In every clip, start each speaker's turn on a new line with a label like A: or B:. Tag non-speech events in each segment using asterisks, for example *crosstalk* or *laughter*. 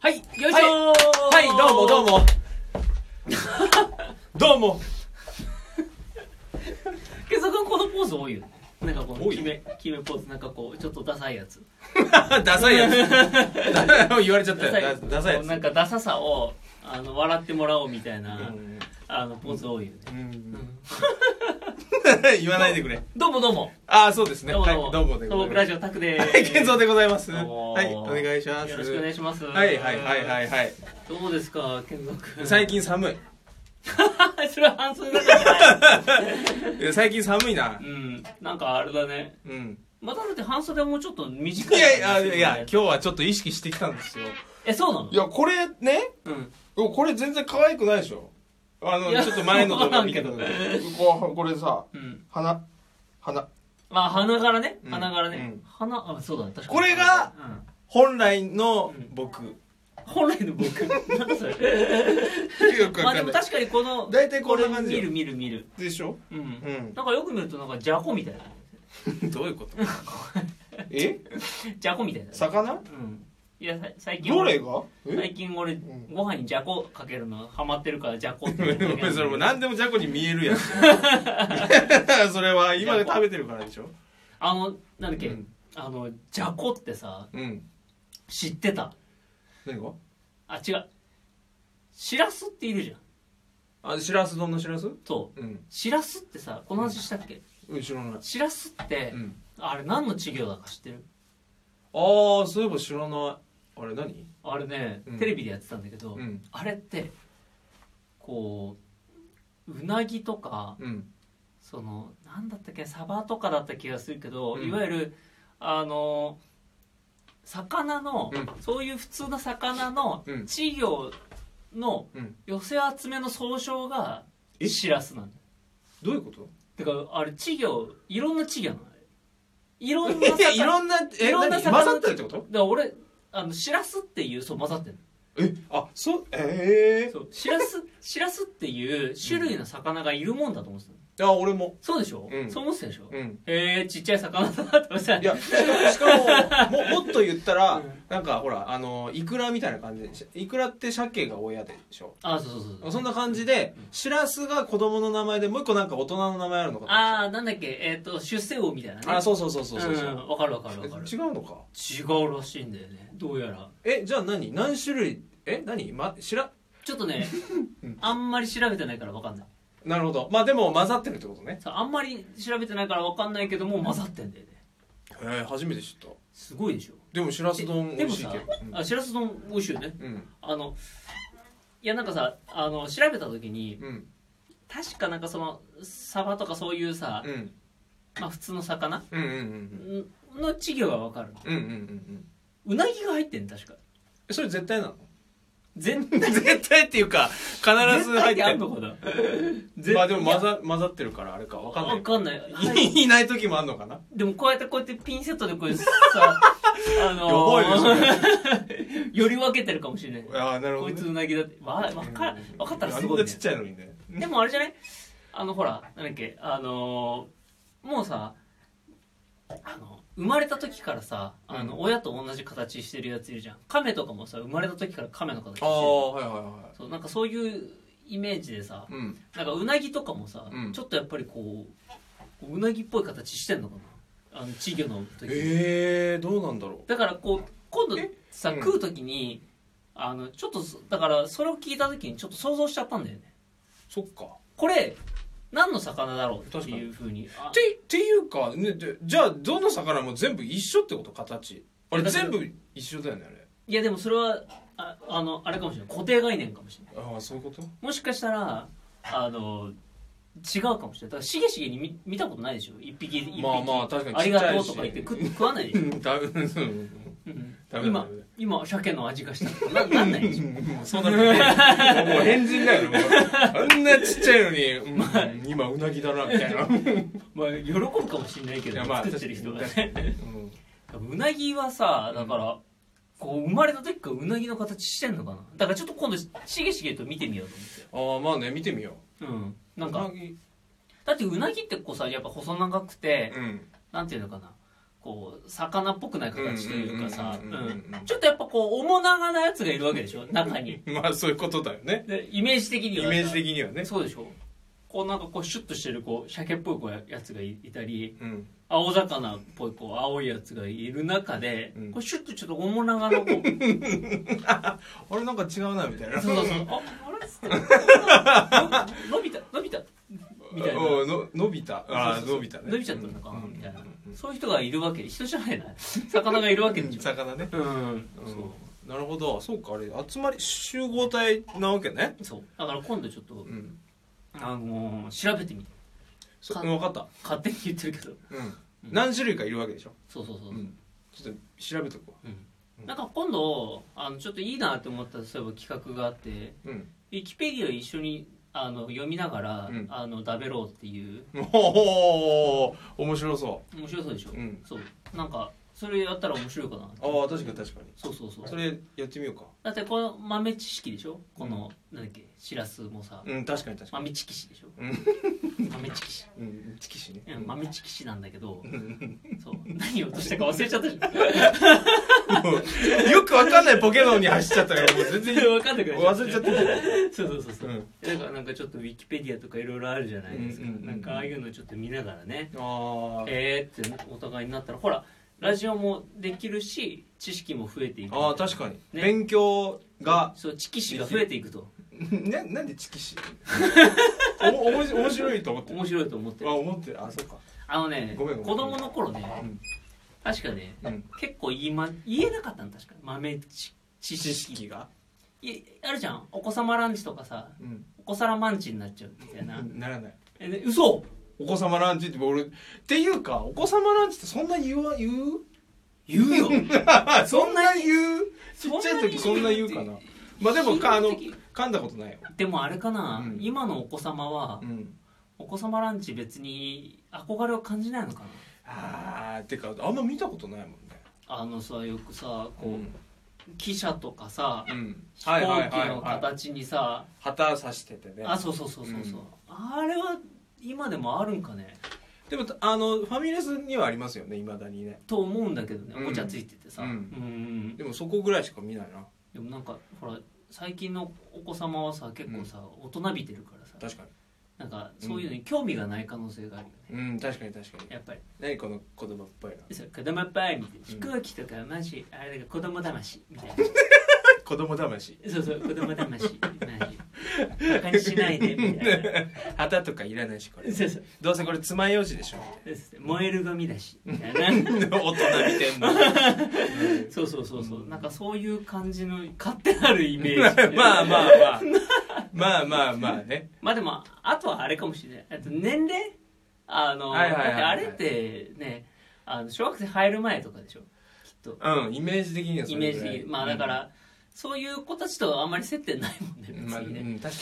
A: はい、よいしょー
B: はい、どうもどう。も。 *laughs* ど
A: *laughs*
B: うも。
A: ケンサ君このポーズ多いよね。なんかこの
B: 多い
A: 決め、決めポーズ、なんかこう、ちょっとダサいやつ。
B: ダサいやつ。ダサい *laughs* 言われちゃったよ。ダ
A: つ
B: ダサいや
A: こうなんかダサさを、あの、笑ってもらおうみたいな、
B: つ。
A: あの、ポーズ多いよね。
B: う
A: うんん
B: *laughs* 言わないでくれ。
A: どうもどうも。
B: ああ、そうですね。
A: どうも
B: はい
A: どうも。、
B: どうもで
A: どう
B: ご
A: も、
B: ざ
A: ラ
B: い
A: ジオタク
B: ま。
A: です
B: はい、健三でございます。
A: どうも
B: はい、お願いします。
A: よろしくお願いします。
B: はいはいはいはい。はい。
A: どうですか、健三
B: *laughs*
A: 君。
B: 最近
A: *laughs*
B: 寒い。
A: それは半袖だからじゃない。
B: いや最近寒いな
A: う。ん、なんかあれだね。
B: うん。
A: まただって半袖もちょっと
B: い
A: 短い
B: やい
A: 感
B: や、
A: じですよね
B: いや、今日はちょっと意識してきたんですよ。
A: え、そうなの
B: いや、これね、
A: うん。
B: これ全然可愛くないでしょあの、
A: い
B: ち
A: や
B: ょっと前の動画見てた
A: そう
B: け
A: なん
B: こうこれさ、
A: うん。
B: 鼻、鼻。
A: まあ、花柄ね。
B: うん
A: 花柄ね。
B: うん
A: 花、あ、そうだね。確かに
B: これが、本来の僕。
A: うん本来の僕。
B: *laughs*
A: なんだそれ。
B: よく
A: ま
B: わ
A: あ、で
B: かん
A: も
B: ない。
A: 確かにこの、
B: 大体こんな感じ
A: れ見る
B: よ。
A: 見る見る。
B: でしょ
A: うん。
B: うん。
A: なんかよく見ると、なんか、じゃこみたいだね。
B: *laughs* どういうこと *laughs* え
A: じゃこみたいだね。
B: 魚
A: うん。いや、さ最近
B: ど
A: 俺、
B: れがえ
A: 最近俺
B: ん、
A: ご飯にじゃこかけるのハマってるから、じゃこって言ってるだけなんだ
B: *laughs* *laughs* そ
A: け
B: れも
A: ど
B: う何でもじゃこに見える *laughs* やんそれは今で食べてるからでしょ
A: あの、なんだっけ、
B: うん
A: あの、じゃこってさ、
B: うん
A: 知ってた
B: 何が
A: あ、違う。しらすっているじゃん。
B: あしらす丼のしらす
A: そう。
B: うん
A: しらすってさ、この話したっけ
B: 知らない
A: しらすって、
B: うん
A: あれ何の稚魚だか知ってる
B: ああそういえば知らないあれ何
A: あれね、
B: うん
A: テレビでやってたんだけど、
B: うん
A: あれってこううなぎとか
B: うん
A: そのなんだったっけサバとかだった気がするけど、
B: うん
A: いわゆるあの魚の、
B: う
A: そういう普通の魚の
B: うん
A: 稚魚の
B: うん
A: 寄せ集めの総称が
B: え
A: シラスなんだよ
B: どういうこと
A: てかあれ稚魚いろんな稚魚なのあれいろんな
B: *laughs* えい
A: 魚
B: ろんなえ
A: いろんな
B: 何
A: 魚
B: 混ざってるってこと
A: だから俺あのシラスっていうそう混ざってる
B: えあそうえ
A: そうシラスシラスっていう種類の魚がいるもんだと思ってたの
B: えあ俺も
A: そうでしょ、
B: うん
A: そう思ってたでしょ、
B: うん
A: えー、ちっちゃい魚だなって思ってた
B: いやしかしかもももっと言ったら、
A: うん
B: なんかほらあのイクラみたいな感じでしイクラって鮭が親でしょ
A: あそうそうそうそう
B: そんな感じでしらすが子供の名前でもう一個なんか大人の名前あるのかと思って
A: ああなんだっけえっ、と出世王みたいなね
B: たあそうそうそうそうそうそ
A: んわかるわかるわかる
B: 違うのか
A: 違うらしいんだよねどうやら
B: えじゃあ何何種類え何ましら
A: ちょっとね、
B: うん
A: あんまり調べてないからわかんない
B: なるほどまあでも混ざってるってことね
A: そうあんまり調べてないからわかんないけどもう混ざってんだよね
B: へえ初めて知った
A: すごいでしょ
B: でもしらす丼美
A: でも
B: 味しい
A: さ
B: けど、
A: あしらす丼美味しいよね
B: うん
A: あのいやなんかさあの調べた時に
B: うん
A: 確かなんかそのサバとかそういうさ、
B: うん
A: まあ普通の魚
B: うんうんうん
A: んの稚魚がわかる
B: うんうんうんうん
A: うなぎが入ってんの確か
B: えそれ絶対なの
A: 全
B: 絶対っていうか必ず入って
A: あ
B: る
A: んのかな
B: *laughs* まあでも混ざ混ざってるからあれかわかんな
A: わ
B: い、
A: かんない、はい
B: *laughs* ない時もあんのかな
A: でもこうやってこうやってピンセットでこ
B: *laughs*
A: れさあ
B: やば
A: の
B: いですね
A: *laughs* より分けてるかもしれない
B: ああなるほ
A: こ
B: ど、
A: い
B: ね、
A: つうなぎだってわわかわかったらす
B: あん
A: ごい、
B: な
A: ね
B: ち、っちゃいのにね
A: でもあれじゃないあのほらなんだっけあのーもうさあの生まれた時からさあの、
B: う
A: 親と同じ形してるやついるじゃん亀とかもさ生まれた時から亀の形して
B: あ
A: る
B: あはいはいは
A: そうなんかそういうイメージでさ
B: いうん
A: なんかうなぎとかもさ、
B: うん
A: ちょっとやっぱりこううなぎっぽい形してんのかなあの稚魚の時、
B: えー、どうなんだろ
A: だからこう今度さ、
B: うん
A: 食う時にあのちょっとだからそれを聞いた時にちょっと想像しちゃったんだよね
B: うそっか
A: これ何の魚だろうっていうふうにあ
B: てっていうか、ね、でじゃあどの魚も全部一緒ってこと形あれ全部一緒だよねあれ
A: いやでもそれはああのあれかもしれない固定概念かもしれない
B: ああそういうこと
A: もしかしたらあの違うかもしれないだからしげしげに見見たことないでしょ一匹一匹
B: まあまあ確かに
A: あり
B: ちっちゃ
A: が
B: いし
A: とうとか言って食食わない *laughs* でしょ、
B: だうん
A: うん
B: ダメだ
A: 今
B: ダメだ
A: 今鮭の味がしたななんないでしょ
B: もうそうなるとねもう変人だよねもうあんなちっちゃいのに、うん今うなぎだなみたいな
A: まあ喜ぶかもしれないけ
B: い
A: ど、
B: やまあ
A: 作ってる人が
B: 確か
A: ね
B: にうん
A: うなぎはさだから、こう生まれた時からうなぎの形してんのかなだからちょっと今度しげしげと見てみようと
B: ああまあね見てみよ
A: 思ってうん
B: う
A: なんか
B: うぎ
A: だってうなぎってこうさやっぱ細長くて、
B: うん
A: なんていうのかなこう魚っぽくない形というかさ
B: うんうんうんうんうん
A: うんちょっとやっぱこう面長なやつがいるわけでしょ中に
B: まあそういうことだよね
A: でイメージ的に
B: イ
A: は
B: メージ的にはね
A: そうでしょこうなんかこうシュッとしてるこう鮭っぽいこうやつがいたり
B: うん
A: 青魚っぽいこう青いやつがいる中で、
B: うん
A: こうシュッとちょっと面長のこう
B: *laughs* あれなんか違うなみたいな
A: そうそうそうああれっつっ
B: *laughs*
A: ての伸びた伸びたみたいな
B: おうの伸びたああ
A: そうそうそう
B: 伸びたね
A: 伸びちゃったのかな
B: うん
A: みたいな
B: うん
A: そういう人がいるわけ人じゃないな魚がいるわけでしょ
B: 魚ね
A: うんそ
B: うんなるほどそうかあれ集まり集合体なわけね
A: うそうだから今度ちょっと
B: うん
A: あのー調べてみて
B: そ
A: か
B: 分かった
A: 勝手に言ってるけど
B: うん何種類かいるわけでしょ
A: そうそうそう
B: う、んちょっと調べとこ
A: うんなんか今度あのちょっといいなって思ったそういえば企画があって
B: ううん
A: ウィキペディア一緒にあの読みながら、
B: うん
A: あの食べろうっていう
B: おお面白そ
A: 面白そうでしょ、
B: ううん
A: そうなんかそれやったら面白いかな
B: ああ確かに確かに
A: そうそうそう
B: それやってみようか
A: だってこの豆知識でしょこの、なんだっけしらすもさ
B: うん確かに確か
A: 豆知識でしょ
B: うん
A: 豆知識
B: にうん月市ね
A: うん豆知識なんだけど
B: うん *laughs*
A: そう *laughs* 何を落としたか忘れちゃったじゃん
B: もうよくわかんないポケノに走っちゃったからもう全然
A: 分かんなくなっちゃった
B: 忘れちゃってんじゃない
A: そうそうそうそう、
B: うん
A: だからなんかちょっとウィキペディアとかいろいろあるじゃないですか、
B: うんうんうんうん
A: なんかああいうのちょっと見ながらね
B: あー
A: えーってお互いになったらほらラジオもできるし知識も増えていく
B: あー確かに
A: ね
B: 勉強 *laughs* が
A: そう知識が増えていくと
B: ななんでチキ *laughs* シおおもし面白いと思ってる
A: 面白いと思って
B: あ思ってるあそうか
A: あのね
B: ごめんごめん
A: 子供の頃ね、
B: うん
A: 確かね
B: うん
A: 結構言い、ま、言えなかったの確か豆知知
B: 知
A: 識
B: 識が
A: いあるじゃんお子様ランチとかさ
B: うん
A: お子様ランチになっちゃうみたいな *laughs*
B: ならない
A: え、ね、嘘
B: お子様ランチって俺っていうかお子様ランチってそんな言うわ言う
A: 言
B: *laughs*
A: うよ
B: そんな言うち
A: そ
B: っ
A: んなに
B: ちゃい時そんな言うかなまあでもかあの噛んだことないよ
A: でもあれかな、
B: うん
A: 今のお子様は、
B: うん
A: お子様ランチ別に憧れを感じないのかな
B: あーてかあんま見たことないもんね
A: あのさよくさこう、
B: うん
A: 汽車とかさ
B: うん
A: 飛
B: はいは
A: 行
B: いはい
A: 機の
B: はい
A: 形にさ
B: 旗さしててね
A: あそうそうそうそうそう、
B: うん
A: あれは今でもあるんかね
B: でもあのファミレスにはありますよねいまだにね
A: と思うんだけどね
B: うん
A: お茶ついててさ、
B: うん
A: ん
B: でもそこぐらいしか見ないな
A: でもなんかほら最近のお子様はさ結構さ、大人びてるからさ
B: 確か
A: なんかそういうのに興味がない可能性があるよね、
B: にうん確かに確かに
A: やっぱり
B: 何この言葉っぽいな
A: そう子供っぽいみたいな飛
B: うん
A: 行機とかマジあれだから子供だましみたいな
B: 子供魂
A: そうそう、子供魂。マジ。バカにしないで、みたいな。
B: *laughs* 旗とかいらないしこれ *laughs*
A: そうそう。
B: どうせこれ爪楊枝でしょ
A: そうそう燃えるゴミだし、みたいな。
B: みたいな *laughs* 大人見てんの *laughs*
A: そうそうそうそう。なんかそういう感じの、勝手なるイメージ。
B: *laughs* まあま
A: あ。
B: あまあまあまあまあね
A: まあでも、あとはあれかもしれない。あと年齢あの、
B: はいはいはい
A: だっ
B: はい
A: てあれってね、あの小学生入る前とかでしょ。きっと。
B: うんイメージ的にはそ
A: イメ
B: れぐ
A: ー
B: らい
A: ジ。まあだか
B: うん
A: ら、そういう子たちとはあんまり接点ないもんね、
B: まあ、
A: 別
B: う
A: にね。
B: ん、確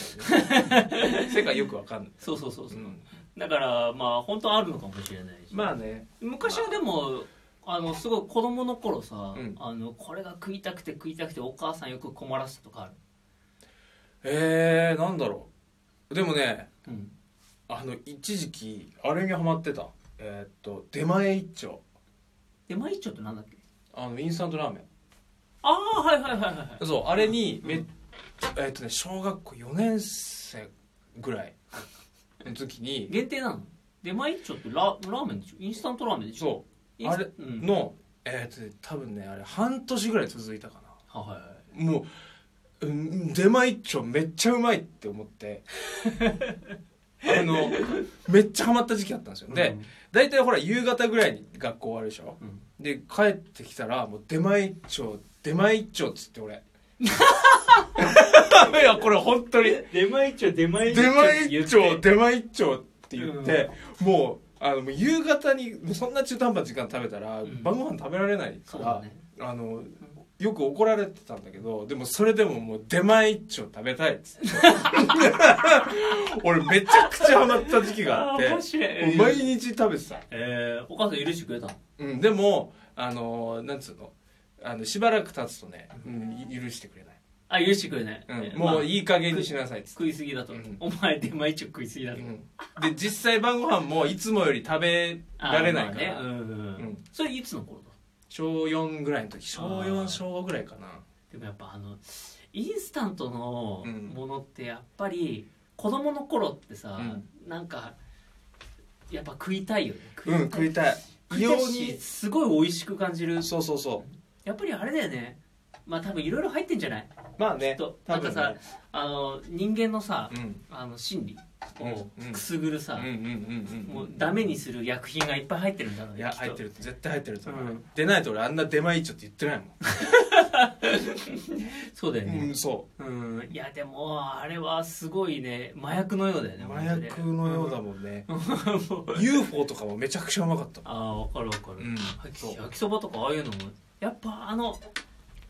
B: かに
A: *laughs*
B: ね世界よくわかんない、
A: そうそうそうそうう。
B: ん、
A: だから、まあ本当あるのかもしれないし。
B: まあね
A: 昔はでもあのすごい子供の頃さ、
B: うん
A: あのこれが食いたくて食いたくてお母さんよく困らせたとかある、
B: えー、なんだろうでもね
A: うん、
B: あの一時期あれにハマってたえーっと出前一丁
A: で毎日ちょっとなんだっけ
B: あのインスタントラーメ
A: ああはいはいはいはいはい
B: ンそうあれにめ、
A: うん
B: えーっとね小学校4年生ぐらいの時に
A: 限定なので毎日ちょっとララーメンでしょインスタントラーメンでしょ
B: そ
A: インス
B: あれ
A: う、
B: うんのえーっとね多分ねあれ半年ぐらい続いたか
A: はいはいはい
B: なもう、うん、出前一丁めっちゃうまいって思って *laughs* あのめっちゃハマった時期あったんですよで、大体ほら夕方ぐらいに学校終わるでしょ
A: うんうん
B: で帰ってきたらもう出前一丁出前一丁っつって *laughs* 俺いやこれ本当に
A: 出前一丁出前
B: 出前一丁出前一丁って言って、もうあのもう夕方にもうそんな中途半端な時間食べたら、
A: うん
B: 晩ご飯食べられない
A: そ
B: か
A: うだ
B: ら、
A: ね
B: あのよく怒られてたんだけどでもそれでももう出前一丁食べたいっ
A: *laughs*
B: つって俺めちゃくちゃハマった時期があって
A: ー面白い
B: もう毎日食べてた
A: えー、お母さん許してくれたの
B: うん、でもあのーなんつうのあのしばらく経つとね、うん、許してくれない、
A: あ許してくれない、え
B: う
A: ー
B: ん、も
A: まあ
B: ういい加減にしなさいっつっ
A: 食いすぎだと、
B: うん
A: お前出前一丁食いすぎだ
B: て、
A: と、
B: うんで実際晩ご飯もいつもより食べられないから、
A: あーまあねうんうんうん
B: うん
A: それいつの頃だ
B: 小4ぐらいの時小
A: あ
B: 4
A: ー
B: 小5ぐらいかな
A: でもやっぱあのインスタントの
B: うん
A: ものってやっぱり子供の頃ってさ、
B: う
A: なんかやっぱ食いたいよね食
B: うん食いたい
A: い
B: 異
A: たい
B: 様
A: し
B: に
A: すごい美味しく感じる
B: そうそうそ
A: やっぱりあれだよねまあ多分いろいろ入ってんじゃないう
B: まあね
A: と
B: 多
A: なん
B: 分
A: か
B: ね
A: さあの人間のさ
B: うん
A: あの心理を
B: うんうん
A: くすぐるさ
B: うんうんうんうん
A: もうダメにする薬品がいっぱい入ってるんだろうね
B: いや
A: きっと
B: 入ってる絶対入ってると思う、
A: うん
B: 出ないと俺あんな出前一丁って言ってないもん
A: そうだよ
B: う
A: ね
B: ん、そ
A: うん、いやでもあれはすごいね麻薬のようだよ
B: う
A: ね
B: 麻薬のようだ
A: もん *laughs*
B: もんね、
A: もう
B: UFO とかもめちゃくちゃうまかった
A: ああ分かる分かる、
B: うん
A: 焼き
B: そう
A: 焼きそばとかああいうのもやっぱあの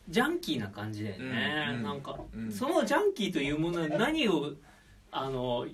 A: ジャンキーな感じだよね、
B: うんうん
A: なんか、
B: うん
A: そのジャンキーというものは何をあの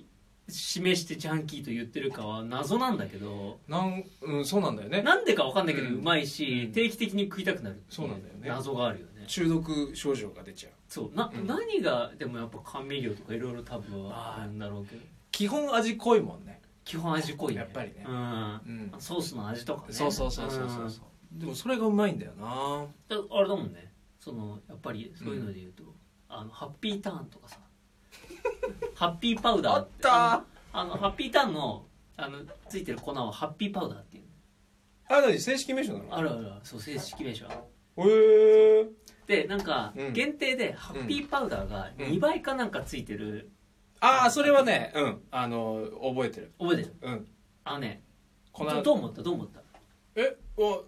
A: 示してジャンキーと言ってるかは謎なんだけど
B: なん、うん、そうなんだよね
A: なんでか分かんないけど
B: う
A: うんまいし、
B: うん
A: 定期的に食いたくなるってい
B: そうなんだよね
A: 謎があるよね
B: 中毒症状が出ちゃう
A: そうな、
B: うん
A: 何がでもやっぱ甘味料とかいろいろ多分あるんだろうけど
B: 基本味濃いもんね、
A: 基本味濃いね
B: やっぱりね
A: うん
B: うん、
A: ソースの味とかね
B: そうそうそうそうそうそうでもそれがうまいんだよな
A: うんだあれだもんねそのやっぱりそういうので言うと、あのハッピーターンとかさ *laughs* ハッピーパウダーて
B: あっ
A: あのあのハッピーターンのあのついてる粉はハッピーパウダーっていう
B: あ何正式名称なの
A: あるあるあるそう正式名称
B: へえ
A: でなんか
B: うん
A: 限定でハッピーパウダーが2倍かなんかついてる、
B: ああそれはねうんあの覚えてる
A: 覚えてる
B: うん
A: あのね
B: こ
A: ど
B: の
A: どう思ったどう思った
B: えあ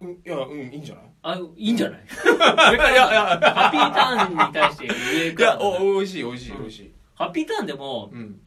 B: うんいやうんいいんじゃない
A: あいいんじゃない
B: *laughs* いやいや
A: ハッピーターンに対して言える
B: い
A: か
B: や
A: ら
B: お美味しい美味しい美味しい
A: ハッピーターンでも
B: うん